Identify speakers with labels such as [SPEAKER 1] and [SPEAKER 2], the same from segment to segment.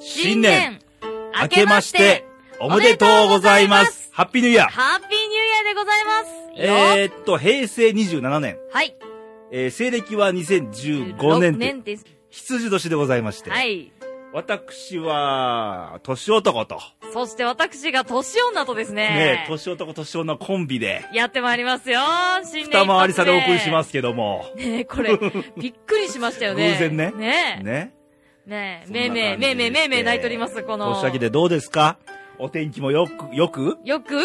[SPEAKER 1] 新年明けましておめでとうございますハッピーニューイヤー
[SPEAKER 2] ハッピーニューイヤーでございます
[SPEAKER 1] え
[SPEAKER 2] よ
[SPEAKER 1] ー、っと、平成27年、
[SPEAKER 2] はい。
[SPEAKER 1] えー、西暦は2015年
[SPEAKER 2] 六
[SPEAKER 1] で、
[SPEAKER 2] 年です。
[SPEAKER 1] 羊年でございまして、
[SPEAKER 2] はい。
[SPEAKER 1] 私は、年男と、
[SPEAKER 2] そして私が年女とです
[SPEAKER 1] ね
[SPEAKER 2] ね。
[SPEAKER 1] え、年男年女のコンビで、
[SPEAKER 2] やってまいりますよ。新年一発。
[SPEAKER 1] 二回り差でお送りしますすけども、
[SPEAKER 2] ねえ、これ、びっくりしましたよね。
[SPEAKER 1] 偶然ね
[SPEAKER 2] ね
[SPEAKER 1] ね。
[SPEAKER 2] え。ねえ、
[SPEAKER 1] そんな
[SPEAKER 2] めい
[SPEAKER 1] 感じ
[SPEAKER 2] めい、めいめい、めいめい泣いております、この。
[SPEAKER 1] 年明けでどうですかお天気もよく、よく
[SPEAKER 2] よく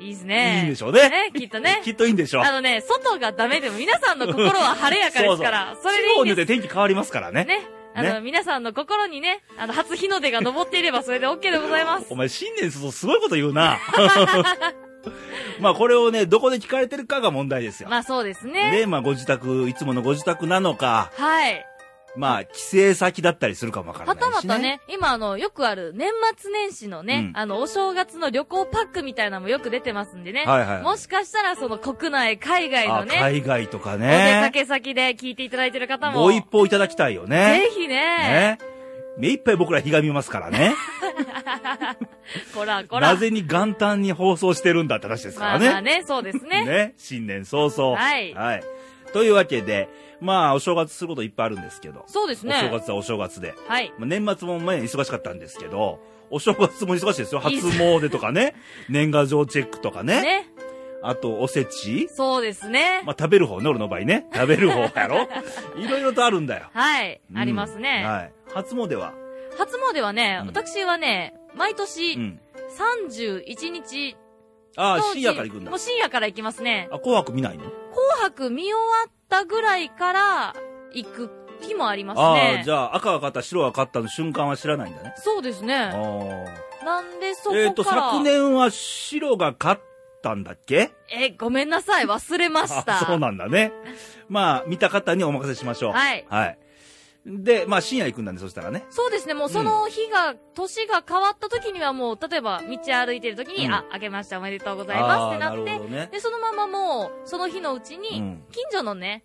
[SPEAKER 2] いいですね。
[SPEAKER 1] いいんでしょうね。
[SPEAKER 2] ねきっとね
[SPEAKER 1] きっといいんでしょう。
[SPEAKER 2] あのね、外がダメでも皆さんの心は晴れやかですから、それで
[SPEAKER 1] 地
[SPEAKER 2] いい
[SPEAKER 1] 方に
[SPEAKER 2] んで
[SPEAKER 1] よって
[SPEAKER 2] す
[SPEAKER 1] 天気変わりますからね。
[SPEAKER 2] ね。あの、
[SPEAKER 1] ね
[SPEAKER 2] 皆さんの心にね、あの、初日の出が昇っていれば それで OK でございます
[SPEAKER 1] お。前新年早々すごいこと言うな。 まあこれをね、どこで聞かれてるかが問題ですよ。
[SPEAKER 2] まあそうですね。
[SPEAKER 1] で、まあご自宅、いつものご自宅なのか、
[SPEAKER 2] はい。
[SPEAKER 1] まあ帰省先だったりするかもわからな
[SPEAKER 2] はい
[SPEAKER 1] し、
[SPEAKER 2] たまた。ね、今あの、よくある年末年始のね、
[SPEAKER 1] うん
[SPEAKER 2] あの、お正月の旅行パックみたいなのもよく出てますんでね。
[SPEAKER 1] はいはい
[SPEAKER 2] もしかしたらその国内、海外の
[SPEAKER 1] あ
[SPEAKER 2] ね、
[SPEAKER 1] 海外とか
[SPEAKER 2] お出か
[SPEAKER 1] ね。
[SPEAKER 2] け先で聞いていただいてる方も、
[SPEAKER 1] ご一報いただきたいよね。
[SPEAKER 2] ぜひね、
[SPEAKER 1] ね。目いっぱい僕ら日が見ますから ね。
[SPEAKER 2] こらこら。
[SPEAKER 1] なぜに元旦に放送してるんだって話ですか
[SPEAKER 2] ま
[SPEAKER 1] ら
[SPEAKER 2] あ
[SPEAKER 1] ね。
[SPEAKER 2] まあね、そうですね。
[SPEAKER 1] ね。新年早々。
[SPEAKER 2] はい
[SPEAKER 1] というわけで、まあ、お正月することいっぱいあるんですけど。
[SPEAKER 2] そうです
[SPEAKER 1] お正
[SPEAKER 2] ね。
[SPEAKER 1] 月はお正月で。
[SPEAKER 2] はい。
[SPEAKER 1] まあ、年末もね、忙しかったんですけど、お正月も忙しいですよ。初詣とかね。年賀状チェックとかね。
[SPEAKER 2] ね。
[SPEAKER 1] あと、おせち。
[SPEAKER 2] そうですね。
[SPEAKER 1] まあ、食べる方ね、俺の場合ね。食べる方や ろいろいろとあるんだよ。
[SPEAKER 2] はい、
[SPEAKER 1] うん
[SPEAKER 2] ありますね。
[SPEAKER 1] はい。初詣は。
[SPEAKER 2] 初詣はね、
[SPEAKER 1] うん
[SPEAKER 2] 私はね、毎
[SPEAKER 1] う
[SPEAKER 2] 年、
[SPEAKER 1] ん。
[SPEAKER 2] 31日
[SPEAKER 1] あ
[SPEAKER 2] 当
[SPEAKER 1] あ、
[SPEAKER 2] 時
[SPEAKER 1] 深夜から行くんだ
[SPEAKER 2] もう。深夜から行きますね。
[SPEAKER 1] あ、紅白見ないの
[SPEAKER 2] 紅白見終わったぐらいから行く日もあります
[SPEAKER 1] あ
[SPEAKER 2] ね。
[SPEAKER 1] あ、じゃあ、赤が勝った、白が勝ったの瞬間は知らないんだね。
[SPEAKER 2] そうです
[SPEAKER 1] あ
[SPEAKER 2] ね。
[SPEAKER 1] あ。
[SPEAKER 2] なんでそこから。
[SPEAKER 1] えっ、と、昨年は白が勝ったんだっけ
[SPEAKER 2] え、ごめんなさい、忘れました。
[SPEAKER 1] あそうなんだね。まあ、見た方にお任せしましょう。
[SPEAKER 2] はい
[SPEAKER 1] はい。で、まあ、深夜行くんだね、そしたらね。
[SPEAKER 2] そうですね、もうその日が、年が変わった時にはもう、例えば道歩いてる時に、
[SPEAKER 1] うん
[SPEAKER 2] あ、明けましておめでとうござい
[SPEAKER 1] あ
[SPEAKER 2] ます
[SPEAKER 1] あ
[SPEAKER 2] って
[SPEAKER 1] な
[SPEAKER 2] なっ
[SPEAKER 1] る
[SPEAKER 2] て、
[SPEAKER 1] ほどね。
[SPEAKER 2] で、そのままもう、その日のうち
[SPEAKER 1] う
[SPEAKER 2] に
[SPEAKER 1] ん、
[SPEAKER 2] 近所のね、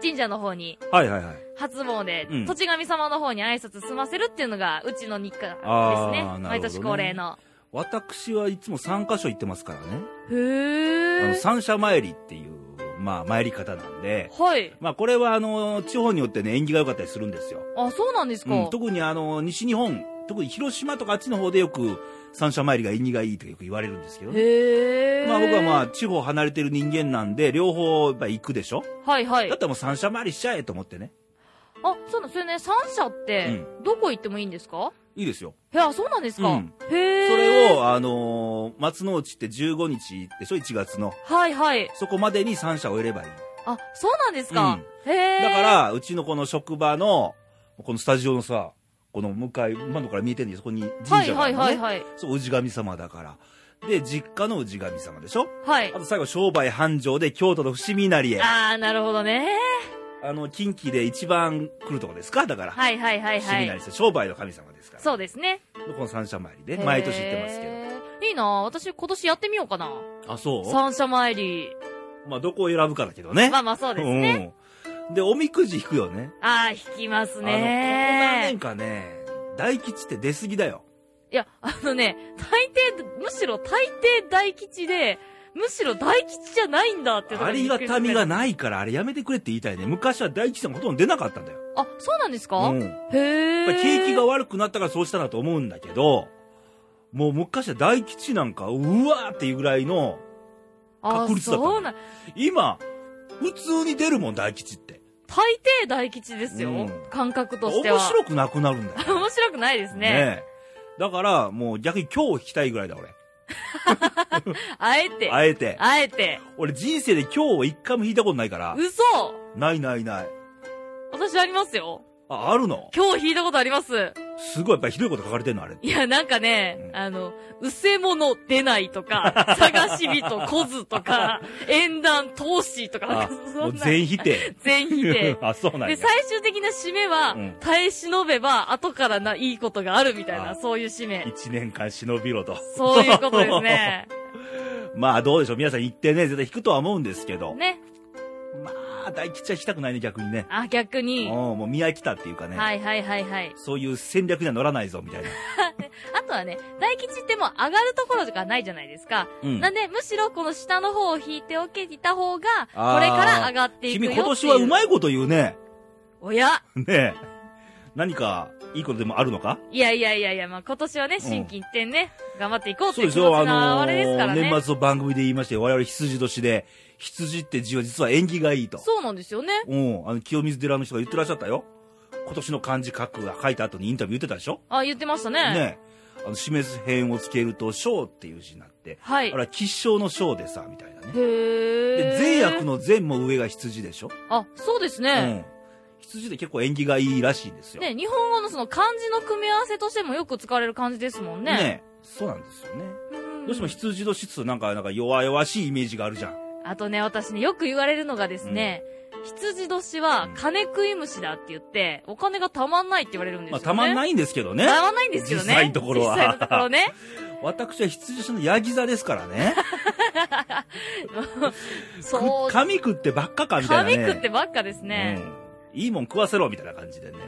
[SPEAKER 2] 神社の方に
[SPEAKER 1] はいはいはい。
[SPEAKER 2] 初詣、
[SPEAKER 1] うん
[SPEAKER 2] 土地神様の方に挨拶済ませるっていうのが、うちの日課です
[SPEAKER 1] あー
[SPEAKER 2] ね
[SPEAKER 1] なるほど。ね
[SPEAKER 2] 毎年恒例の。
[SPEAKER 1] 私はいつも3カ所行ってますからね。
[SPEAKER 2] へ
[SPEAKER 1] あの、
[SPEAKER 2] ー。
[SPEAKER 1] 三社参りっていう、まあ、参り方なんで、
[SPEAKER 2] はい。
[SPEAKER 1] まあ、これは、あの、地方によってね、縁起が良かったりするんですよ。
[SPEAKER 2] あ、そうなんですか。
[SPEAKER 1] うん、特にあの、西日本、特に広島とかあっちの方でよく、三社参りが縁起がいいとかよく言われるんですけどね。
[SPEAKER 2] へー。
[SPEAKER 1] まあ僕はまあ地方離れてる人間なんで、両方やっぱ行くでしょ
[SPEAKER 2] あ。はいはい。
[SPEAKER 1] だっ
[SPEAKER 2] あ、
[SPEAKER 1] たらもう三社回りしちゃえと思ってね。
[SPEAKER 2] そうなんですよね。三社って、どこ行ってもいいんですか
[SPEAKER 1] いいですよ。
[SPEAKER 2] へあ、そうなんですか。
[SPEAKER 1] うん
[SPEAKER 2] へー。
[SPEAKER 1] それを、あのー松の内って15日でしょ ?1 月の。
[SPEAKER 2] はいはい。
[SPEAKER 1] そこまでに三社を得ればいい。
[SPEAKER 2] あ、そうなんですか。へー。
[SPEAKER 1] だか、ら、うちのこの職場の、このスタジオのさ、この向かい、窓から見えてんねんそこに
[SPEAKER 2] は
[SPEAKER 1] 神
[SPEAKER 2] い
[SPEAKER 1] 社があ
[SPEAKER 2] は
[SPEAKER 1] る
[SPEAKER 2] い
[SPEAKER 1] の
[SPEAKER 2] はい
[SPEAKER 1] ね。
[SPEAKER 2] はい。
[SPEAKER 1] そう、氏神様だから。で、実家の氏神様でしょ
[SPEAKER 2] はい
[SPEAKER 1] あ。と最後、商売繁盛で京都の伏見稲荷へ。あ
[SPEAKER 2] あー、なるほどね。
[SPEAKER 1] の、近畿で一番来るとこですかだから。
[SPEAKER 2] はいはいはい
[SPEAKER 1] 伏
[SPEAKER 2] は
[SPEAKER 1] 見稲荷
[SPEAKER 2] い。
[SPEAKER 1] さん商売の神様ですから。
[SPEAKER 2] そうですね。
[SPEAKER 1] この三社参りで、毎年行ってますけ
[SPEAKER 2] ど。いいなぁ私今年やってみようかな。
[SPEAKER 1] ど。あ、そ
[SPEAKER 2] 三社参り。
[SPEAKER 1] うまあ、どこを選ぶかだけどね。
[SPEAKER 2] まあまあそうですね。
[SPEAKER 1] うん。で、おみくじ引くよね。
[SPEAKER 2] ああ、引きます
[SPEAKER 1] あの、
[SPEAKER 2] ね
[SPEAKER 1] ここ何年かね、大吉って出過ぎだよ。
[SPEAKER 2] いや、あのね、大抵、むしろ大抵大吉で、むしろ大吉じゃないんだってとこ
[SPEAKER 1] あ
[SPEAKER 2] ろに
[SPEAKER 1] り
[SPEAKER 2] び
[SPEAKER 1] が
[SPEAKER 2] っく
[SPEAKER 1] た
[SPEAKER 2] し
[SPEAKER 1] み
[SPEAKER 2] て
[SPEAKER 1] がないから、あれやめてくれって言いたいね。昔は大吉さんほとんど出なかったんだよ。
[SPEAKER 2] あ、そうなんですか、
[SPEAKER 1] うん。
[SPEAKER 2] へ
[SPEAKER 1] やっ
[SPEAKER 2] え。
[SPEAKER 1] ぱり景気が悪くなったからそうしたなと思うんだけど、もう昔は大吉なんか、うわーっていうぐらいの、確率だった
[SPEAKER 2] あ、
[SPEAKER 1] の
[SPEAKER 2] そうなん、
[SPEAKER 1] 今、普通に出るもん、大吉って。
[SPEAKER 2] 大抵大吉ですよ。
[SPEAKER 1] うん
[SPEAKER 2] 感覚としては。
[SPEAKER 1] 面白くなくなるんだよ。
[SPEAKER 2] 面白くないです ね。
[SPEAKER 1] えだから、もう逆に今日を引きたいぐらいだ、俺。
[SPEAKER 2] あえて。
[SPEAKER 1] あえて。
[SPEAKER 2] あえて。
[SPEAKER 1] 俺人生で今日を一回も引いたことないから。
[SPEAKER 2] 嘘
[SPEAKER 1] ないないない。
[SPEAKER 2] 私ありますよ。
[SPEAKER 1] あ、あるの
[SPEAKER 2] 今日引いたことあります。
[SPEAKER 1] すごい、やっぱりひどいこと書かれてんの、あ れ。
[SPEAKER 2] いや、なんかね、
[SPEAKER 1] うん
[SPEAKER 2] あの、うせもの出ない とか、探し人来ずとか、縁談投資とか、なん
[SPEAKER 1] あ
[SPEAKER 2] か、そんな
[SPEAKER 1] もう全否定。
[SPEAKER 2] 全否
[SPEAKER 1] 。
[SPEAKER 2] 定
[SPEAKER 1] あ、そうなん
[SPEAKER 2] で、
[SPEAKER 1] や。
[SPEAKER 2] 最終的な締めは、
[SPEAKER 1] うん
[SPEAKER 2] 耐え忍べば、後からないいことがあるみたいな、
[SPEAKER 1] あ
[SPEAKER 2] そういう締め。
[SPEAKER 1] 一年間忍びろと。
[SPEAKER 2] そういうことですね。
[SPEAKER 1] まあどうでしょう。皆さん行ってね、絶対引くとは思うんですけど。
[SPEAKER 2] ね。
[SPEAKER 1] まあ、大吉はしたくないね、逆にね。
[SPEAKER 2] あ、逆
[SPEAKER 1] うん、
[SPEAKER 2] に。
[SPEAKER 1] もう見合い来たっていうかね。
[SPEAKER 2] はいはいはいはい。
[SPEAKER 1] そういう戦略には乗らないぞ、みたいな。
[SPEAKER 2] あとはね、大吉ってもう上がるところとかないじゃないですか。
[SPEAKER 1] うん
[SPEAKER 2] なんで、むしろこの下の方を引いておけた方が、
[SPEAKER 1] あー
[SPEAKER 2] これから上がっていく
[SPEAKER 1] 君
[SPEAKER 2] よっていう。
[SPEAKER 1] 今年はうま
[SPEAKER 2] い
[SPEAKER 1] いこと言うね。
[SPEAKER 2] おや
[SPEAKER 1] ねえ。何か、いいことでもあるのか
[SPEAKER 2] いやいやいやいや、まあ今年はね、心機一転ね、頑張っていこうって
[SPEAKER 1] そう
[SPEAKER 2] いう
[SPEAKER 1] で
[SPEAKER 2] 気
[SPEAKER 1] す
[SPEAKER 2] 持ち
[SPEAKER 1] よ、
[SPEAKER 2] の
[SPEAKER 1] あの
[SPEAKER 2] 表れですからね。
[SPEAKER 1] 年末の番組で言いまして、我々羊年で、羊って字は実は縁起がいいと。
[SPEAKER 2] そうなんですよね。
[SPEAKER 1] うん、あの、清水寺の人が言ってらっしゃったよ。今年の漢字書く、書いた後にインタビュー言ってたでしょ
[SPEAKER 2] あ、言ってましたね。
[SPEAKER 1] ねえ。あの、示す辺をつけると、章っていう字になって、
[SPEAKER 2] はい
[SPEAKER 1] あ。ら、吉祥の章でさ、みたいなね。
[SPEAKER 2] へー。
[SPEAKER 1] で、善悪。の善も上が羊でしょ
[SPEAKER 2] あ、そうです
[SPEAKER 1] う
[SPEAKER 2] ね。
[SPEAKER 1] ん。羊って結構縁起がいいらしいんですよ。
[SPEAKER 2] ね、日本語のその漢字の組み合わせとしてもよく使われる漢字ですもんね。
[SPEAKER 1] ねえそうなんですよね。
[SPEAKER 2] うん
[SPEAKER 1] どうしても羊の質なんか、なんか弱々しいイメージがあるじゃん。
[SPEAKER 2] あとね、私ね、よく言われるのがですね、羊年は金食い虫だって言って、お金がたまんないって言われるんですよ、
[SPEAKER 1] まあ、
[SPEAKER 2] ね。
[SPEAKER 1] たまん
[SPEAKER 2] い
[SPEAKER 1] ないんですけどね。
[SPEAKER 2] たまんないんですけどね。
[SPEAKER 1] 実際のところは
[SPEAKER 2] 実際のところね。
[SPEAKER 1] 私は羊年のヤギ座ですからね。
[SPEAKER 2] そう。
[SPEAKER 1] 髪食ってばっかかみたいな、
[SPEAKER 2] 紙
[SPEAKER 1] ね。
[SPEAKER 2] 食ってばっかですね。
[SPEAKER 1] うん。いいもん食わせろみたいな感じ でね。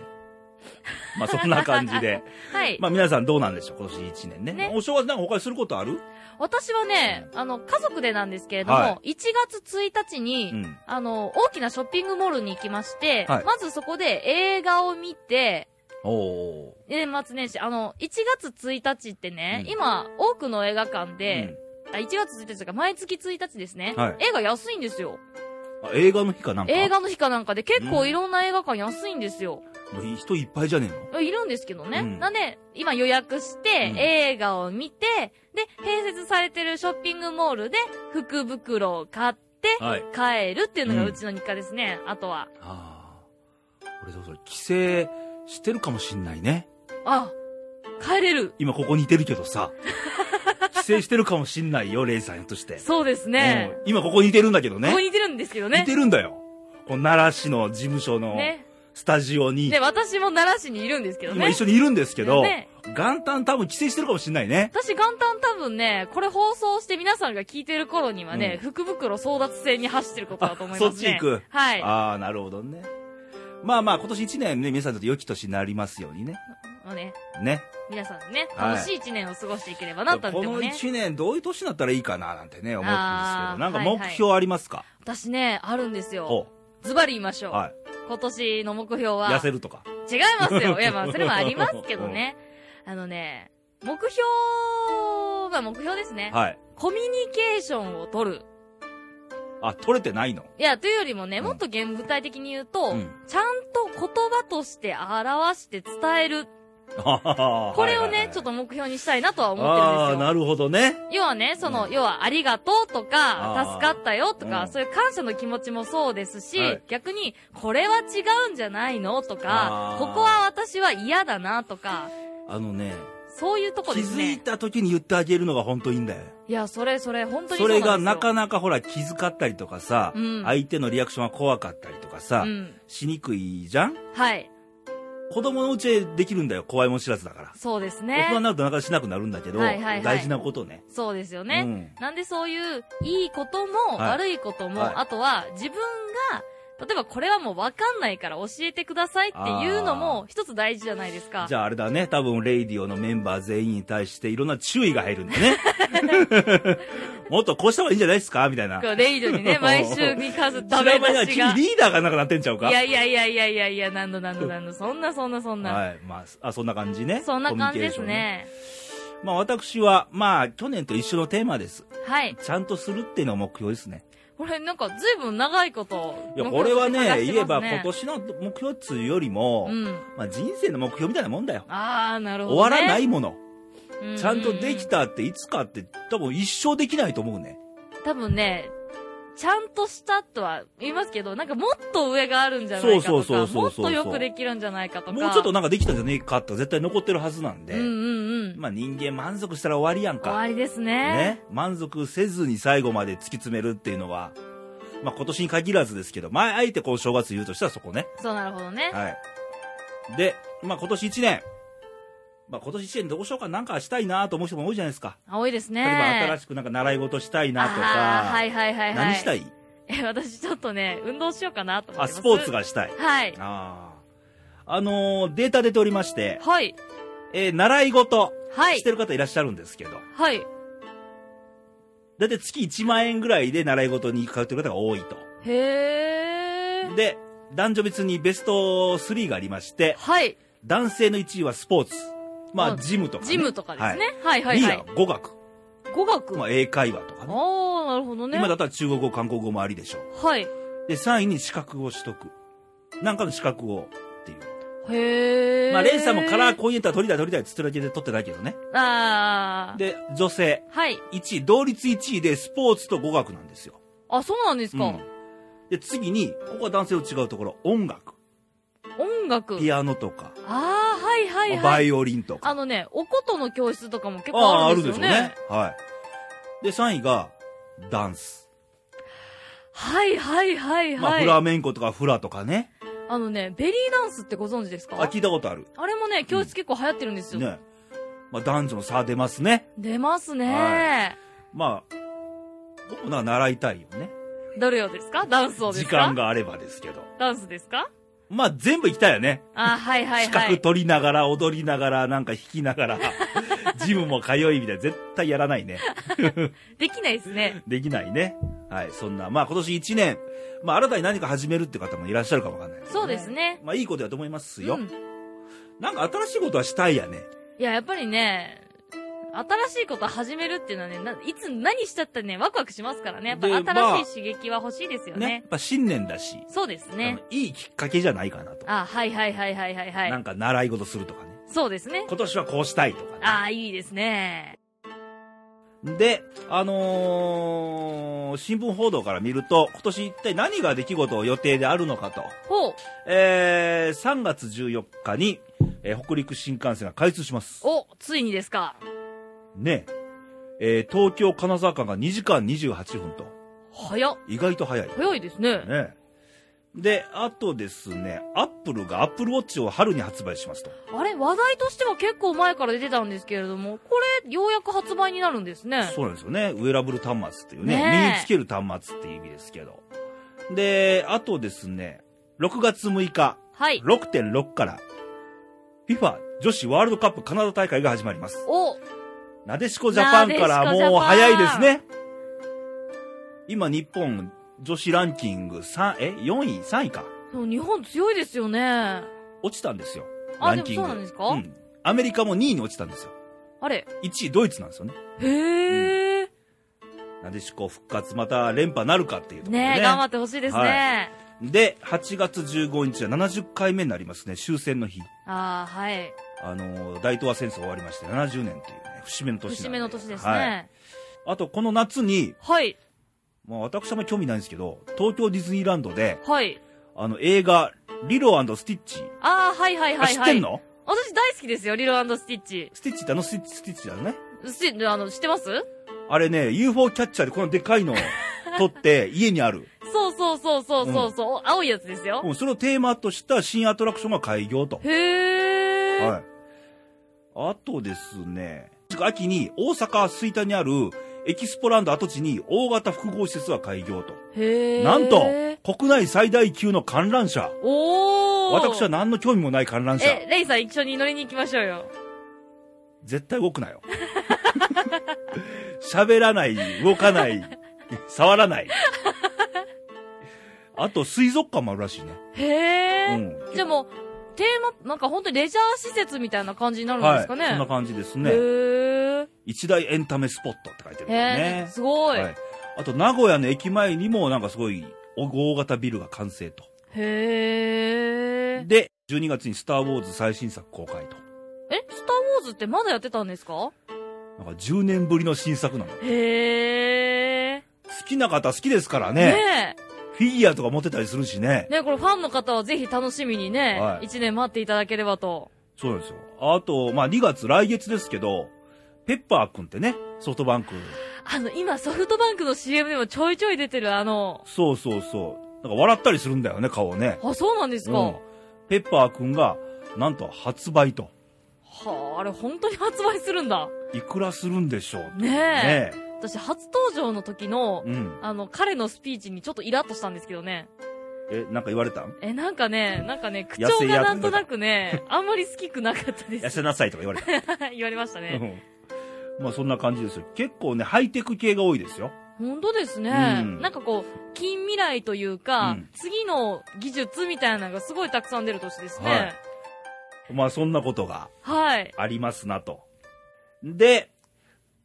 [SPEAKER 1] まあそんな感じで。
[SPEAKER 2] はい。
[SPEAKER 1] まあ皆さんどうなんでしょう、今年一年ね。
[SPEAKER 2] ね
[SPEAKER 1] お正月なんか他にすることある
[SPEAKER 2] 私はね、あの、家族でなんですけれども、
[SPEAKER 1] は
[SPEAKER 2] 1月1日に、
[SPEAKER 1] うん。
[SPEAKER 2] あの、大きなショッピングモールに行きまして、
[SPEAKER 1] はい
[SPEAKER 2] まずそこで映画を見て、
[SPEAKER 1] おー。
[SPEAKER 2] 年末年始、あの、1月1日ってね、
[SPEAKER 1] うん
[SPEAKER 2] 今、多くの映画館で、あ1月1日とか、毎月1日ですね、
[SPEAKER 1] はい
[SPEAKER 2] 映画安いんですよ。
[SPEAKER 1] うん、あ映画の日かなんか。
[SPEAKER 2] 映画の日かなんかで結
[SPEAKER 1] う
[SPEAKER 2] 構
[SPEAKER 1] ん
[SPEAKER 2] いろんな映画館安いんですよ。
[SPEAKER 1] 人いっぱいじゃねえの
[SPEAKER 2] いるんですけどね。
[SPEAKER 1] うん
[SPEAKER 2] なんで、今予約して、
[SPEAKER 1] うん
[SPEAKER 2] 映画を見て、で、併設されてるショッピングモールで、福袋を買って、
[SPEAKER 1] はい。
[SPEAKER 2] 帰るっていうのが
[SPEAKER 1] うん
[SPEAKER 2] うちの日課ですね。あとは。
[SPEAKER 1] ああ。俺そろそろ帰省してるかもしんないね。
[SPEAKER 2] あ、帰れる。
[SPEAKER 1] 今ここにいてるけど さ。帰省してるかもしんないよ、レイさんとして。
[SPEAKER 2] そうですね。
[SPEAKER 1] うん今ここにいてるんだけどね。
[SPEAKER 2] ここにいてるんですけど
[SPEAKER 1] い
[SPEAKER 2] ね。
[SPEAKER 1] てるんだよ。この奈良市の事務所の
[SPEAKER 2] ね。
[SPEAKER 1] スタジオに、
[SPEAKER 2] ね、私も奈良市にいるんですけど
[SPEAKER 1] 今
[SPEAKER 2] ね
[SPEAKER 1] 一。緒にいるんですけど、
[SPEAKER 2] ね
[SPEAKER 1] 元旦多分帰省してるかもしんないね。
[SPEAKER 2] 私元旦多分ね、これ放送して皆さんが聞いてる頃にはね、福袋争奪戦に走ってることだと思いますね。
[SPEAKER 1] あそっち行く
[SPEAKER 2] はい。ま
[SPEAKER 1] ああ、なるほどね。まあまあ、今年一年ね、皆さんにとって良き年になりますようにね。
[SPEAKER 2] あね、
[SPEAKER 1] ね。
[SPEAKER 2] 皆さんね、
[SPEAKER 1] はい
[SPEAKER 2] 楽しい一年を過ごしていければなと
[SPEAKER 1] こ
[SPEAKER 2] 思っ
[SPEAKER 1] の
[SPEAKER 2] てもね。
[SPEAKER 1] 一年、どういう年になったらいいかな、なんてね、思うんですけど、
[SPEAKER 2] あー
[SPEAKER 1] なんか
[SPEAKER 2] はいはい
[SPEAKER 1] 目標ありますか、
[SPEAKER 2] 私ね、あるんですよ。
[SPEAKER 1] ほ
[SPEAKER 2] ズバリ言いまし
[SPEAKER 1] う
[SPEAKER 2] ょう。
[SPEAKER 1] はい。
[SPEAKER 2] 今年の目標は、
[SPEAKER 1] 痩せるとか。
[SPEAKER 2] 違いますよ。いや、まあ、それもありますけどね。あのね、目標は目標ですね。
[SPEAKER 1] はい。
[SPEAKER 2] コミュニケーションを取る。
[SPEAKER 1] あ、取れてないの。
[SPEAKER 2] いや、というよりもね、
[SPEAKER 1] うん
[SPEAKER 2] もっと現具体的に言うと、
[SPEAKER 1] うん
[SPEAKER 2] ちゃんと言葉として表して伝える。
[SPEAKER 1] こ
[SPEAKER 2] これをね、ちょっ
[SPEAKER 1] と
[SPEAKER 2] と目標にしたいなとは思
[SPEAKER 1] あ
[SPEAKER 2] って
[SPEAKER 1] あ
[SPEAKER 2] る
[SPEAKER 1] ー、
[SPEAKER 2] んですよ。
[SPEAKER 1] なるほどね。
[SPEAKER 2] 要はね、その、
[SPEAKER 1] うん
[SPEAKER 2] 要は、ありがとうと
[SPEAKER 1] あ
[SPEAKER 2] か、
[SPEAKER 1] ー
[SPEAKER 2] 助かったよとか、
[SPEAKER 1] うん
[SPEAKER 2] そういう感謝の気持ちもそうですし、
[SPEAKER 1] はい
[SPEAKER 2] 逆に、これは違うんじゃないのと
[SPEAKER 1] あ
[SPEAKER 2] か、
[SPEAKER 1] ー
[SPEAKER 2] ここは私は嫌だなとか、
[SPEAKER 1] あのね、
[SPEAKER 2] そういうとこ
[SPEAKER 1] 気
[SPEAKER 2] です
[SPEAKER 1] づい
[SPEAKER 2] ね。
[SPEAKER 1] た時に言ってあげるのが本当いいんだよ。
[SPEAKER 2] いや、それ、それ、本当に
[SPEAKER 1] それが
[SPEAKER 2] な
[SPEAKER 1] なん
[SPEAKER 2] です
[SPEAKER 1] か
[SPEAKER 2] よ
[SPEAKER 1] なかほら気遣ったりとかさ、
[SPEAKER 2] うん
[SPEAKER 1] 相手のリアクションが怖かったりとかさ、
[SPEAKER 2] うん。
[SPEAKER 1] しにくいじゃん
[SPEAKER 2] はい。
[SPEAKER 1] 子供のうちへできるんだよ、怖いもん知らずだから。
[SPEAKER 2] そうです
[SPEAKER 1] 大人に
[SPEAKER 2] ね。
[SPEAKER 1] なるとなかなかしなくなるんだけど、
[SPEAKER 2] はいはいはい
[SPEAKER 1] 大事なことね。
[SPEAKER 2] そうですよね。
[SPEAKER 1] うん
[SPEAKER 2] なんでそういう、いいことも、
[SPEAKER 1] はい
[SPEAKER 2] 悪いことも、
[SPEAKER 1] はい
[SPEAKER 2] あとは、自分が、例えばこれはもうわかんないから教えてくださいっていうのも、一つ大事じゃないですか。
[SPEAKER 1] じゃああれだね、多分レイディオのメンバー全員に対していろんな注意が入るんだ ね。もっとこうした方がいいんじゃないですかみたいな。知
[SPEAKER 2] レイ ドにね、毎週に数ダメ
[SPEAKER 1] らない
[SPEAKER 2] 出
[SPEAKER 1] な君
[SPEAKER 2] しが。い
[SPEAKER 1] リーダーがなんかなってんちゃうか
[SPEAKER 2] やいやいやいやいやいや、なんのなんのな んの、そんなそんなそんな。
[SPEAKER 1] はい。まあ、あ、そんな感じね。
[SPEAKER 2] そんな感じです
[SPEAKER 1] コミュニケーションね。
[SPEAKER 2] ね。
[SPEAKER 1] まあ私は、まあ去年と一緒のテーマです。
[SPEAKER 2] はい。
[SPEAKER 1] ちゃんとするっていうのが目標ですね。
[SPEAKER 2] これなんか随分長いこと。
[SPEAKER 1] いや、これは
[SPEAKER 2] 目標
[SPEAKER 1] ね、
[SPEAKER 2] に掲げてます
[SPEAKER 1] 言えば今年の目標っつうよりも、
[SPEAKER 2] うん。
[SPEAKER 1] まあ人生の目標みたいなもんだよ。
[SPEAKER 2] あー、なる
[SPEAKER 1] 終
[SPEAKER 2] ほど、
[SPEAKER 1] わ
[SPEAKER 2] ね。
[SPEAKER 1] らないもの。
[SPEAKER 2] ううう
[SPEAKER 1] ちゃんとでき。たっていつかって多分一生できないと思うね。
[SPEAKER 2] 多分ね、ちゃんとしたとは言いますけど、なんかもっと上があるんじゃないかとか、
[SPEAKER 1] そうそうそうそうそうそう
[SPEAKER 2] もっとよくできるんじゃないかとか。
[SPEAKER 1] もうちょっとなんかできたんじゃねえかって絶対残ってるはずなんで。
[SPEAKER 2] うんうんうん。
[SPEAKER 1] まあ人間満足したら終わりやん
[SPEAKER 2] 終
[SPEAKER 1] か。
[SPEAKER 2] わりですね。
[SPEAKER 1] ね。満足せずに最後まで突き詰めるっていうのは、まあ今年に限らずですけど、前あえてこう正月言うとしたらそこね。
[SPEAKER 2] そうなるほどね。
[SPEAKER 1] はい。で、まあ今年1年。まあ今年1年どうしようかなんかしたいなと思う人も多いじゃないですか。
[SPEAKER 2] 青いですね。
[SPEAKER 1] 例えば新しくなんか習い事したいなとか、
[SPEAKER 2] あーはいはいはいはい。
[SPEAKER 1] 何したい
[SPEAKER 2] え私ちょっとね、運動しようかなと思っ
[SPEAKER 1] あ、
[SPEAKER 2] てます。
[SPEAKER 1] スポーツ。がしたい。
[SPEAKER 2] はい。
[SPEAKER 1] ああ。あのーデータ出ておりまして、
[SPEAKER 2] はい。
[SPEAKER 1] えー習い事
[SPEAKER 2] はい
[SPEAKER 1] してる方いらっしゃるんですけど、
[SPEAKER 2] はい。
[SPEAKER 1] だいたい月1万円ぐらいで習い事に通ってる方が多いと。
[SPEAKER 2] へー。
[SPEAKER 1] で、男女別にベスト3がありまして、
[SPEAKER 2] はい。
[SPEAKER 1] 男性の1位はスポーツ。ま
[SPEAKER 2] あ
[SPEAKER 1] あ、ジムとか、ね。
[SPEAKER 2] ジムとかですね。はい、はい、は
[SPEAKER 1] 2位。
[SPEAKER 2] い
[SPEAKER 1] は語学。
[SPEAKER 2] 語学。
[SPEAKER 1] ま
[SPEAKER 2] あ
[SPEAKER 1] あ、英会話とかね。
[SPEAKER 2] ー、なるほどね。
[SPEAKER 1] 今だったら中国語、韓国語もありでしょう。
[SPEAKER 2] はい。
[SPEAKER 1] で、3位に資格を取得。なんかの資格をっていう。
[SPEAKER 2] へー。
[SPEAKER 1] まあ、レイさんもカラーコンエンター取りたい取りたいって言ってるだけで取ってないけどね。
[SPEAKER 2] あー。
[SPEAKER 1] で、女性。
[SPEAKER 2] はい。
[SPEAKER 1] 1位、同率1位でスポーツと語学なんですよ。
[SPEAKER 2] あ、そうなんですか。
[SPEAKER 1] うんで、次に、ここは男性と違うところ、音楽。
[SPEAKER 2] 音楽。
[SPEAKER 1] ピアノとか、
[SPEAKER 2] あー、はい、はい、
[SPEAKER 1] バ
[SPEAKER 2] はい。
[SPEAKER 1] イオリンとか。
[SPEAKER 2] あのね、おことの教室とかも
[SPEAKER 1] あ
[SPEAKER 2] 結構
[SPEAKER 1] あ、
[SPEAKER 2] あ
[SPEAKER 1] あ
[SPEAKER 2] るん
[SPEAKER 1] る
[SPEAKER 2] で
[SPEAKER 1] ですしょ
[SPEAKER 2] よ
[SPEAKER 1] う
[SPEAKER 2] ね。
[SPEAKER 1] ね。はい。で、3位が、ダンス。
[SPEAKER 2] はい、はい、はい、
[SPEAKER 1] まあ、
[SPEAKER 2] はい。
[SPEAKER 1] フラメンコとかフラとかね。
[SPEAKER 2] あのね、ベリーダンスってご存知ですか
[SPEAKER 1] あ、聞いたことある。
[SPEAKER 2] あれもね、教室結構流行ってるんですよ。
[SPEAKER 1] ね。まあ、男女の差出ますね。
[SPEAKER 2] 出ますね、
[SPEAKER 1] はまあ、僕もな、習いたいよね。
[SPEAKER 2] どれをですかダンスをです
[SPEAKER 1] 時
[SPEAKER 2] か
[SPEAKER 1] 間があればですけど。
[SPEAKER 2] ダンスですか
[SPEAKER 1] まあ、全部行きたいよね。
[SPEAKER 2] あ、はいはい
[SPEAKER 1] 資
[SPEAKER 2] はい。
[SPEAKER 1] 格取りながら、踊りながら、なんか弾きな がら、ジムも通いみたいな、絶対やらないね。
[SPEAKER 2] できないですね。
[SPEAKER 1] できないね。はい、そんな、まあ今年1年、まあ新たに何か始めるって方もいらっしゃるかもわかんないけど、
[SPEAKER 2] そうですね。
[SPEAKER 1] まあいいことやと思いますよ。
[SPEAKER 2] うん。
[SPEAKER 1] なんか新しいことはしたいやね。
[SPEAKER 2] いや、やっぱりね、新しいこと始めるっていうのはね、ないつ何しちゃったらね、ワクワクしますからね。やっぱ
[SPEAKER 1] で
[SPEAKER 2] 新しい刺激は欲しいですよ
[SPEAKER 1] ね。
[SPEAKER 2] ね。
[SPEAKER 1] やっぱ新年だし、
[SPEAKER 2] そうです
[SPEAKER 1] あ
[SPEAKER 2] ね
[SPEAKER 1] の。いいきっかけじゃないかなと。
[SPEAKER 2] あ、はいはいはいはいはいは
[SPEAKER 1] なん
[SPEAKER 2] い。
[SPEAKER 1] か習い事するとかね。
[SPEAKER 2] そうですね。
[SPEAKER 1] 今年はこうしたいとかね。
[SPEAKER 2] あいいですね。
[SPEAKER 1] で、あのー新聞報道から見ると、今年一体何が出来事を予定であるのかと。
[SPEAKER 2] ほう。
[SPEAKER 1] えー、3月14日に、えー北陸新幹線が開通します。
[SPEAKER 2] お、ついにですか。
[SPEAKER 1] ねえ。えー東京金沢間が2時間28分と。
[SPEAKER 2] 早っ。
[SPEAKER 1] 意外と早い。ね
[SPEAKER 2] 早いですね。
[SPEAKER 1] え。で、あとですね、アップルがアップルウォッチを春に発売しますと。
[SPEAKER 2] あれ、話題としては結構前から出てたんですけれども、これ、ようやく発売になるんですね。
[SPEAKER 1] そうなんですよね。ウェアラブル端末っていうね。
[SPEAKER 2] ねえ
[SPEAKER 1] 身につける端末っていう意味ですけど。で、あとですね、6月6日、
[SPEAKER 2] はい。
[SPEAKER 1] 6.6から、FIFA 女子ワールドカップカナダ大会が始まります。
[SPEAKER 2] お、
[SPEAKER 1] なでしこジャパンからもう早いですね。今日本女子ランキング3、え ?4 位 ?3 位か。
[SPEAKER 2] そう日本強いですよね。あ
[SPEAKER 1] 落ちたんですよ。
[SPEAKER 2] あ
[SPEAKER 1] ランキング。
[SPEAKER 2] でもそうなんですか
[SPEAKER 1] んアメリカも2位に落ちたんですよ。
[SPEAKER 2] れ。
[SPEAKER 1] 1位ドイツなんですよね。
[SPEAKER 2] へえ。
[SPEAKER 1] なでしこ復活、また連覇なるかっていうところで、ね。
[SPEAKER 2] ねえ、頑張ってほしいですね。
[SPEAKER 1] で、8月15日は70回目になりますね、終戦の日。
[SPEAKER 2] ああ、はい。
[SPEAKER 1] あのー、大東亜戦争終わりまして70年っていうね、節目の年なんで
[SPEAKER 2] 節目の年です
[SPEAKER 1] はい
[SPEAKER 2] ね。
[SPEAKER 1] あと、この夏に、
[SPEAKER 2] はい。
[SPEAKER 1] まあ私はあんまり興味ないんですけど、東京ディズニーランドで、
[SPEAKER 2] はい。
[SPEAKER 1] あの、映画、リロスティッチ。
[SPEAKER 2] ああ、はいはい
[SPEAKER 1] あ
[SPEAKER 2] はい
[SPEAKER 1] 知っ
[SPEAKER 2] は
[SPEAKER 1] てん
[SPEAKER 2] い。
[SPEAKER 1] の
[SPEAKER 2] 私大好きですよ、リロスティッチ。
[SPEAKER 1] スティッチってあのスティッチ、スティッチだよね。
[SPEAKER 2] し、あの、知ってます
[SPEAKER 1] あれね、UFO キャッチャーでこのでかい のを取って、家にある。
[SPEAKER 2] そうそうそうそうそうそう、お青いやつですよ。
[SPEAKER 1] うん、それをテーマとした新アトラクションが開業と。
[SPEAKER 2] へえ。
[SPEAKER 1] はい。あとですね、秋に大阪吹田にあるエキスポランド跡地に大型複合施設が開業と。
[SPEAKER 2] へえ。
[SPEAKER 1] なんと、国内最大級の観覧車。
[SPEAKER 2] おお。
[SPEAKER 1] 私は何の興味もない観覧車。
[SPEAKER 2] え、レイさん一緒に乗りに行きましょうよ。
[SPEAKER 1] 絶対動くなよ。 喋らない、動かない、触らない。あと、水族館もあるらしいね。
[SPEAKER 2] へえ。
[SPEAKER 1] うん
[SPEAKER 2] じゃあもう、テーマ、なんか本当にレジャー施設みたいな感じになるん
[SPEAKER 1] は
[SPEAKER 2] で
[SPEAKER 1] い。そ
[SPEAKER 2] すか
[SPEAKER 1] ん
[SPEAKER 2] ね。
[SPEAKER 1] な感じです
[SPEAKER 2] へ
[SPEAKER 1] ね。
[SPEAKER 2] え。
[SPEAKER 1] 一大エンタメスポットって書いてる
[SPEAKER 2] へ
[SPEAKER 1] よ
[SPEAKER 2] え、
[SPEAKER 1] ね。
[SPEAKER 2] すごい。
[SPEAKER 1] はい。あと、名古屋の駅前にも、なんかすごい、大型ビルが完成と。
[SPEAKER 2] へえ。
[SPEAKER 1] で、12月にスター・ウォーズ最新作公開と。
[SPEAKER 2] え、スターウォーズってまだやってたんですか
[SPEAKER 1] なんか10年ぶりの新作なの。
[SPEAKER 2] へえ。
[SPEAKER 1] 好きな方好きですからね。
[SPEAKER 2] ね
[SPEAKER 1] フィギュアとか持ってたりするしね
[SPEAKER 2] え。。ねえ、これファンの方はぜひ楽しみにね
[SPEAKER 1] は、い
[SPEAKER 2] 一、年待っていただければと。
[SPEAKER 1] そうなんですよ。あと、まあ2月、来月ですけど、ペッパーくんってね、ソフトバンク。
[SPEAKER 2] あの、今ソフトバンクの CM でもちょいちょい出てるあの、
[SPEAKER 1] そうそうそう。なんか笑ったりするんだよね、顔ね。
[SPEAKER 2] あ、そうなんです
[SPEAKER 1] う
[SPEAKER 2] か。
[SPEAKER 1] ん。ペッパーくんが、なんと発売と。
[SPEAKER 2] はあ、あれ本当に発売するんだ。
[SPEAKER 1] いくらするんでしょうと
[SPEAKER 2] ねえ
[SPEAKER 1] え
[SPEAKER 2] 私、初登場の時の、
[SPEAKER 1] うん。
[SPEAKER 2] あの、彼のスピーチにちょっとイラッとしたんですけどね。
[SPEAKER 1] え、なんか言われたん
[SPEAKER 2] え、なんかね、なんかね、口
[SPEAKER 1] 痩
[SPEAKER 2] 調
[SPEAKER 1] せや
[SPEAKER 2] が
[SPEAKER 1] っ
[SPEAKER 2] なんとなくね、あんまり好きくなかったで
[SPEAKER 1] 痩
[SPEAKER 2] す
[SPEAKER 1] せ。なさいとか言われた。
[SPEAKER 2] 言われました
[SPEAKER 1] う
[SPEAKER 2] ね。
[SPEAKER 1] んまあそんな感じですよ。結構ね、ハイテク系が多いですよ。
[SPEAKER 2] 本当ですね。
[SPEAKER 1] うん
[SPEAKER 2] なんかこう、近未来というか、
[SPEAKER 1] うん
[SPEAKER 2] 次の技術みたいなのがすごいたくさん出る年ですね。
[SPEAKER 1] まあそんなことが
[SPEAKER 2] はい。
[SPEAKER 1] ありますなと。で、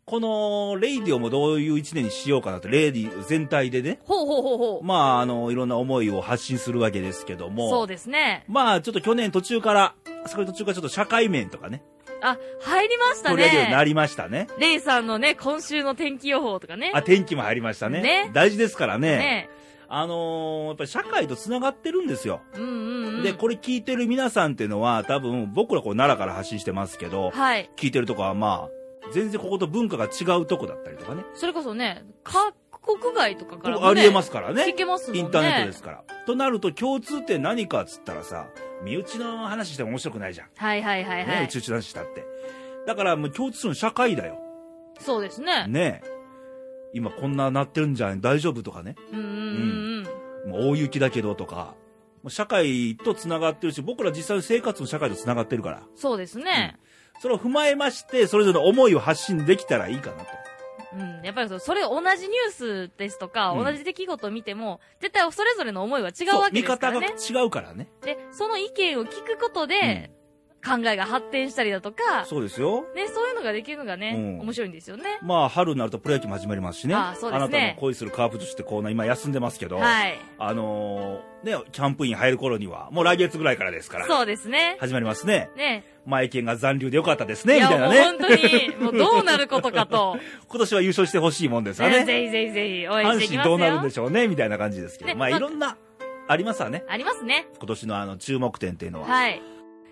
[SPEAKER 1] この、レイディオもどういう一年にしようかなと、レイディ全体でね、
[SPEAKER 2] ほうほうほうほう。
[SPEAKER 1] まああの、いろんな思いを発信するわけですけども、
[SPEAKER 2] そうですね。
[SPEAKER 1] まあちょっと去年途中から、そこで途中からちょっと社会面とかね、
[SPEAKER 2] あ、入りました
[SPEAKER 1] 取り上げるようにな
[SPEAKER 2] ね。
[SPEAKER 1] りましたね。
[SPEAKER 2] レイさんのね、今週の天気予報とかね。
[SPEAKER 1] あ、天気も入りましたね。
[SPEAKER 2] ね
[SPEAKER 1] 大事ですからね。
[SPEAKER 2] ね。
[SPEAKER 1] あのーやっぱり社会と繋がってるんですよ。
[SPEAKER 2] うんうんうん。
[SPEAKER 1] で、これ聞いてる皆さんっていうのは、多分僕らこう奈良から発信してますけど、
[SPEAKER 2] はい。
[SPEAKER 1] 聞いてるとこはまあ、全然ここと文化が違うとこだったりとかね。
[SPEAKER 2] それこそね、各国外とかからも、ね。
[SPEAKER 1] ありえますすからね。
[SPEAKER 2] 聞けますもんね。
[SPEAKER 1] インターネットですから。となると共通点何かっつったらさ、身内の話しても面白くないじゃん。
[SPEAKER 2] はいはいはいは
[SPEAKER 1] ね、
[SPEAKER 2] い。
[SPEAKER 1] うちうちの話したって。だからもう共通の社会だよ。
[SPEAKER 2] そうですね。
[SPEAKER 1] ねえ。今こんななってるんじゃん、大丈夫とかね。
[SPEAKER 2] うんうんうん。
[SPEAKER 1] もう大雪だけどとか。もう社会と繋がってるし、僕ら実際の生活の社会と繋がってるから。
[SPEAKER 2] そうですね。
[SPEAKER 1] それを踏まえまして、それぞれの思いを発信できたらいいかなと。
[SPEAKER 2] うん。やっぱりそうそれ同じニュースですとか、
[SPEAKER 1] うん
[SPEAKER 2] 同じ出来事を見ても、絶対それぞれの思いは違う
[SPEAKER 1] そう
[SPEAKER 2] わけ
[SPEAKER 1] 見
[SPEAKER 2] ですか
[SPEAKER 1] 方
[SPEAKER 2] ら
[SPEAKER 1] が
[SPEAKER 2] ね。
[SPEAKER 1] 違うからね。
[SPEAKER 2] で、その意見を聞くことで、考えが発展したりだと
[SPEAKER 1] うん
[SPEAKER 2] か、
[SPEAKER 1] そうですよ。
[SPEAKER 2] ね、そういうのができるのがね、
[SPEAKER 1] うん
[SPEAKER 2] 面白いんですよね。
[SPEAKER 1] まあ、春になるとプロ野球も始まりますしね。
[SPEAKER 2] ああそうですね
[SPEAKER 1] なたの恋するカープ女子ってコーナー今休んでますけど、
[SPEAKER 2] はい。
[SPEAKER 1] あのーね、キャンプイン入る頃には、もう来月ぐらいからですから、
[SPEAKER 2] そうですね。
[SPEAKER 1] 始まりますね。
[SPEAKER 2] ね。
[SPEAKER 1] 前見が残留でよかったですね、み
[SPEAKER 2] や、
[SPEAKER 1] たい
[SPEAKER 2] も
[SPEAKER 1] な
[SPEAKER 2] う
[SPEAKER 1] ね
[SPEAKER 2] 本。当に、もうどうなること かと、
[SPEAKER 1] 今年は優勝してほしいもんですわ
[SPEAKER 2] ね、
[SPEAKER 1] ね。
[SPEAKER 2] ぜひぜひぜひ応援し
[SPEAKER 1] 阪
[SPEAKER 2] てい
[SPEAKER 1] 神
[SPEAKER 2] きますよ。
[SPEAKER 1] どうなるんでしょうね、みたいな感じですけど。
[SPEAKER 2] ね
[SPEAKER 1] まあ、い
[SPEAKER 2] まあ
[SPEAKER 1] ろんな、ありますわね。
[SPEAKER 2] ありますね。
[SPEAKER 1] 今年のあの、注目点っていうのは。
[SPEAKER 2] はい。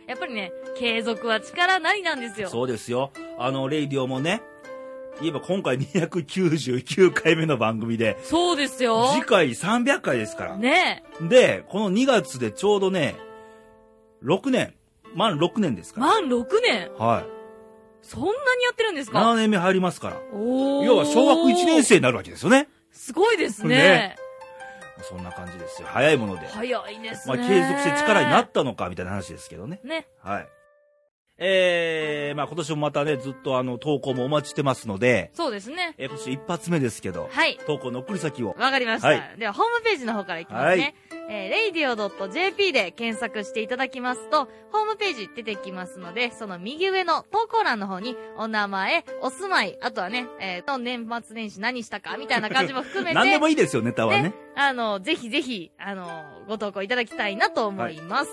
[SPEAKER 2] やっぱりね、継続は力なりなんですよ。
[SPEAKER 1] そうですよ。あの、レイディオもね、言えば今回299回目の番組で、
[SPEAKER 2] そうですよ。
[SPEAKER 1] 次回300回ですから。
[SPEAKER 2] ね
[SPEAKER 1] で、この2月でちょうどね、6年、満6年ですから。
[SPEAKER 2] 満6年
[SPEAKER 1] はい。
[SPEAKER 2] そんなにやってるんですか
[SPEAKER 1] 7年目入りますから。
[SPEAKER 2] おー
[SPEAKER 1] 要は小学1年。生になるわけですよね。
[SPEAKER 2] すごいですね
[SPEAKER 1] ね。そんな感じですよ。早いもので。
[SPEAKER 2] 早いです
[SPEAKER 1] ま
[SPEAKER 2] ね。
[SPEAKER 1] あ、継続して力になったのか、みたいな話ですけどね。
[SPEAKER 2] ね。
[SPEAKER 1] はい。えー、まあ今年もまたね、ずっとあの、投稿もお待ちしてますので、
[SPEAKER 2] そうですね。
[SPEAKER 1] えー今年一発目ですけど、
[SPEAKER 2] はい。
[SPEAKER 1] 投稿の送り先を。
[SPEAKER 2] わかりました。
[SPEAKER 1] はい
[SPEAKER 2] では、ホームページの方からいきますね。えー、radio.jp で検索していただきますと、ホームページ出てきますので、その右上の投稿欄の方に、お名前、お住まい、あとはね、えー、年末年始何したか、みたいな感じも含めて、
[SPEAKER 1] 何でもいいですよ、ネタはね。
[SPEAKER 2] ねあの、ぜひぜひ、あの、ご投稿いただきたいなと思います。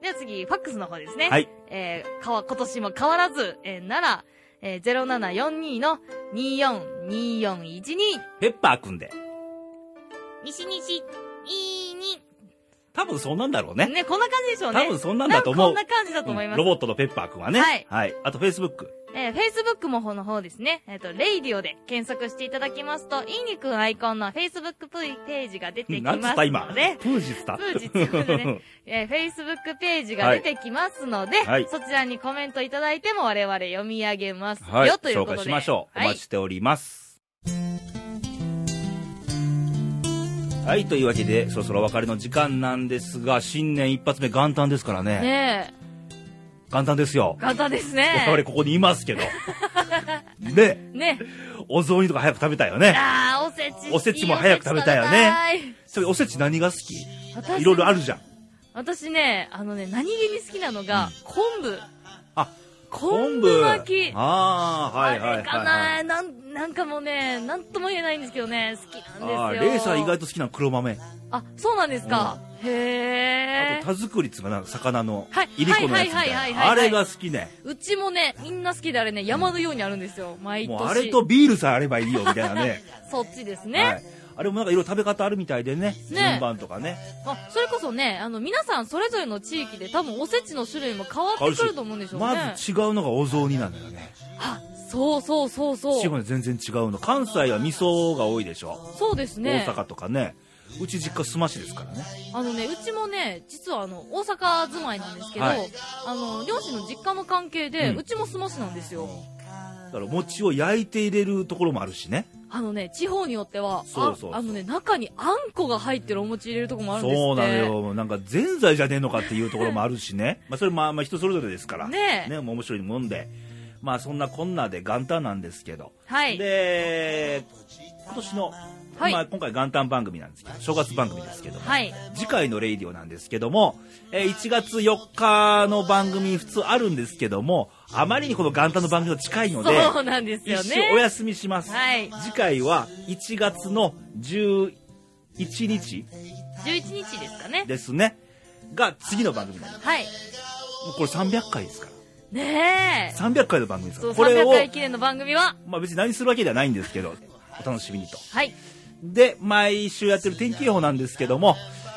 [SPEAKER 2] では次、ファックスの方ですね。
[SPEAKER 1] はい。
[SPEAKER 2] えー、かわ、今年も変わらず、えー、なら、えー、0742の242412、
[SPEAKER 1] ペッパーくんで。
[SPEAKER 2] 西西、いいに、
[SPEAKER 1] 多分そうなんだろうね。
[SPEAKER 2] ね、こんな感じでしょう
[SPEAKER 1] 多
[SPEAKER 2] ね。
[SPEAKER 1] 分そんなんだと思
[SPEAKER 2] 多
[SPEAKER 1] う
[SPEAKER 2] 分こん。な感じだと思います。
[SPEAKER 1] ロボットのペッパーくんはね。
[SPEAKER 2] はい
[SPEAKER 1] あと、フェイスブック。
[SPEAKER 2] えー、Facebook も方の方ですね。えっ、と、レイディオで検索していただきますと、いいにくんアイコンの Facebook ページが出てき
[SPEAKER 1] な
[SPEAKER 2] ま
[SPEAKER 1] ん
[SPEAKER 2] す
[SPEAKER 1] つった今。
[SPEAKER 2] の で、
[SPEAKER 1] プージつった。
[SPEAKER 2] プージつったねえー、Facebook ページが出てきますので、
[SPEAKER 1] はい
[SPEAKER 2] そちらにコメントいただいても我々読み上げますよ、
[SPEAKER 1] はい。
[SPEAKER 2] という
[SPEAKER 1] 紹
[SPEAKER 2] ことで。
[SPEAKER 1] 介しましょう。お
[SPEAKER 2] はい
[SPEAKER 1] 待ちしております。はい。というわけで、そろそろお別れの時間なんですが、新年一発目元旦ですからね。
[SPEAKER 2] ねえ、
[SPEAKER 1] 元旦ですよ。
[SPEAKER 2] 簡単です
[SPEAKER 1] 我々
[SPEAKER 2] ね。
[SPEAKER 1] ここにいます けど。ね。
[SPEAKER 2] ね。
[SPEAKER 1] お雑煮とか早く食べたいよね。
[SPEAKER 2] あー、おせち。
[SPEAKER 1] おせちも早く食べたいよね
[SPEAKER 2] いい
[SPEAKER 1] それおせち何が好き
[SPEAKER 2] おせち食べたい。私
[SPEAKER 1] いろいろあるじゃん。
[SPEAKER 2] 私ね、あのね、何気に好きなのが、昆布。
[SPEAKER 1] あ、
[SPEAKER 2] 昆布巻き。
[SPEAKER 1] ああ、はいはいはい、は
[SPEAKER 2] あれ
[SPEAKER 1] い。
[SPEAKER 2] かな、なん、なんかもうね、なんとも言えないんですけどね、好きな
[SPEAKER 1] あ
[SPEAKER 2] ん
[SPEAKER 1] ー
[SPEAKER 2] ですよ。
[SPEAKER 1] レイさん意外と好きなの黒豆。
[SPEAKER 2] あ、そうなんですか。へ
[SPEAKER 1] あ
[SPEAKER 2] ー
[SPEAKER 1] と、田作りっつうかな、魚の
[SPEAKER 2] はい、
[SPEAKER 1] いりこのやつみ
[SPEAKER 2] は
[SPEAKER 1] た
[SPEAKER 2] いはいはいはい
[SPEAKER 1] い
[SPEAKER 2] はい
[SPEAKER 1] な。あれが好きね。
[SPEAKER 2] うちもね、みんな好きであれね、山のようにあるんですよ、毎年。
[SPEAKER 1] もうあれとビールさえあればいいよ、みたいな ね。
[SPEAKER 2] そっちです
[SPEAKER 1] は
[SPEAKER 2] ね。
[SPEAKER 1] い。あれもなんかいろいろ食べ方あるみたいでね。
[SPEAKER 2] ね
[SPEAKER 1] 順番とかね。
[SPEAKER 2] まあ、それこそね、あの、皆さんそれぞれの地域で多分おせちの種類も変わってくると思うんですよね。
[SPEAKER 1] まず違うのがお雑煮なんだよね。
[SPEAKER 2] あ、そうそうそうそ
[SPEAKER 1] 四国
[SPEAKER 2] う。
[SPEAKER 1] で全然違うの。関西は味噌が多いでしょ。
[SPEAKER 2] そうですね
[SPEAKER 1] 大。阪とかね。うち実家すましですからね。
[SPEAKER 2] あのね、うちもね、実はあの、大阪住まいなんですけど、
[SPEAKER 1] はい
[SPEAKER 2] あの、両親の実家の関係で、う
[SPEAKER 1] うん
[SPEAKER 2] ちもすましなんですよ。
[SPEAKER 1] から餅を焼いて入れるところもあるしね。
[SPEAKER 2] あのね、地方によっては、あ
[SPEAKER 1] そうそうそう
[SPEAKER 2] あのね、中にあんこが入ってるお餅入れるとこもあるんですって。
[SPEAKER 1] そうなの。よ。なんか、ぜんざいじゃねえのかっていうところもあるしね。 まあ、それまあまあ人それぞれですから。
[SPEAKER 2] ねえ
[SPEAKER 1] ね、もう面白いもんで。まあ、そんなこんなで元旦なんですけど。
[SPEAKER 2] はい。
[SPEAKER 1] で、今年の、
[SPEAKER 2] はい
[SPEAKER 1] まあ今回元旦番組なんですけど、正月番組ですけども、
[SPEAKER 2] はい。
[SPEAKER 1] 次回のレイディオなんですけども、えー1月4日の番組普通あるんですけども、あまりにこの元旦の番組と近いので、
[SPEAKER 2] そうなんですよ
[SPEAKER 1] 一
[SPEAKER 2] ね
[SPEAKER 1] 瞬。お休みします。
[SPEAKER 2] はい
[SPEAKER 1] 次回は1月の11日
[SPEAKER 2] 11日ですかね。
[SPEAKER 1] ですね。が次の番組になりま
[SPEAKER 2] はい。
[SPEAKER 1] す。もうこれ300回ですから。
[SPEAKER 2] ねえ。
[SPEAKER 1] 300回の番組ですか
[SPEAKER 2] そう、
[SPEAKER 1] ら。これ
[SPEAKER 2] 300
[SPEAKER 1] を、
[SPEAKER 2] 回記念の番組は、
[SPEAKER 1] まあ別に何するわけではないんですけど、お楽しみにと。
[SPEAKER 2] はい。
[SPEAKER 1] で、毎週やってる天気予報なんですけど も、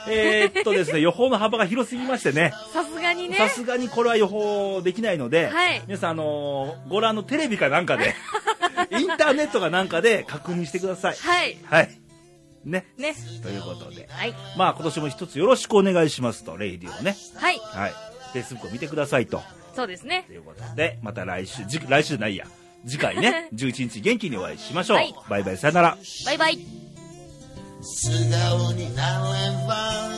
[SPEAKER 1] えーっとですね、予報の幅が広すぎましてね、
[SPEAKER 2] さすがにね。
[SPEAKER 1] さすがにこれは予報できないので、
[SPEAKER 2] はい
[SPEAKER 1] 皆さん、あのーご覧のテレビかなん かで、インターネットかなんかで確認してください。
[SPEAKER 2] はい。
[SPEAKER 1] はい。ね。
[SPEAKER 2] ね。
[SPEAKER 1] ということで、
[SPEAKER 2] はい。
[SPEAKER 1] まあ今年も一つよろしくお願いしますと、レイディをね。
[SPEAKER 2] はい。
[SPEAKER 1] はい。Facebook を見てくださいと。
[SPEAKER 2] そうですね。
[SPEAKER 1] ということで、また来週、じ来週じゃないや。次回 ね、11日元気にお会いしましょう。
[SPEAKER 2] はい
[SPEAKER 1] バイバイ、さよなら。
[SPEAKER 2] バイバイ。
[SPEAKER 3] 素顔になれば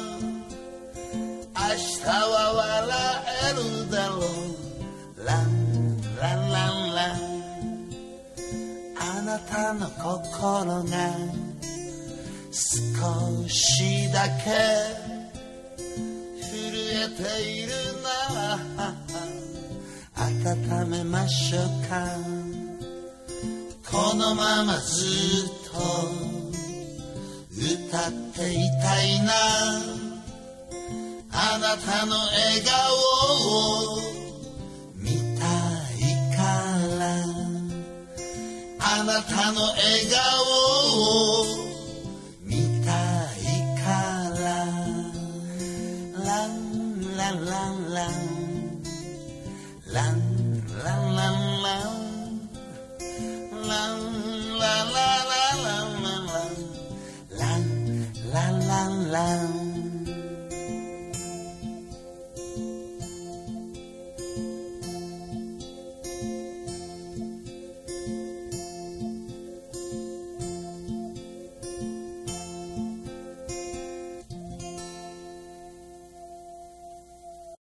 [SPEAKER 3] 明日は笑えるだろうランランランランあなたの心が少しだけ震えているなら温めましょうかこのままずっと歌っていたいなあなたの笑顔を見たいからあなたの笑顔を見たいからランランランランランランランラン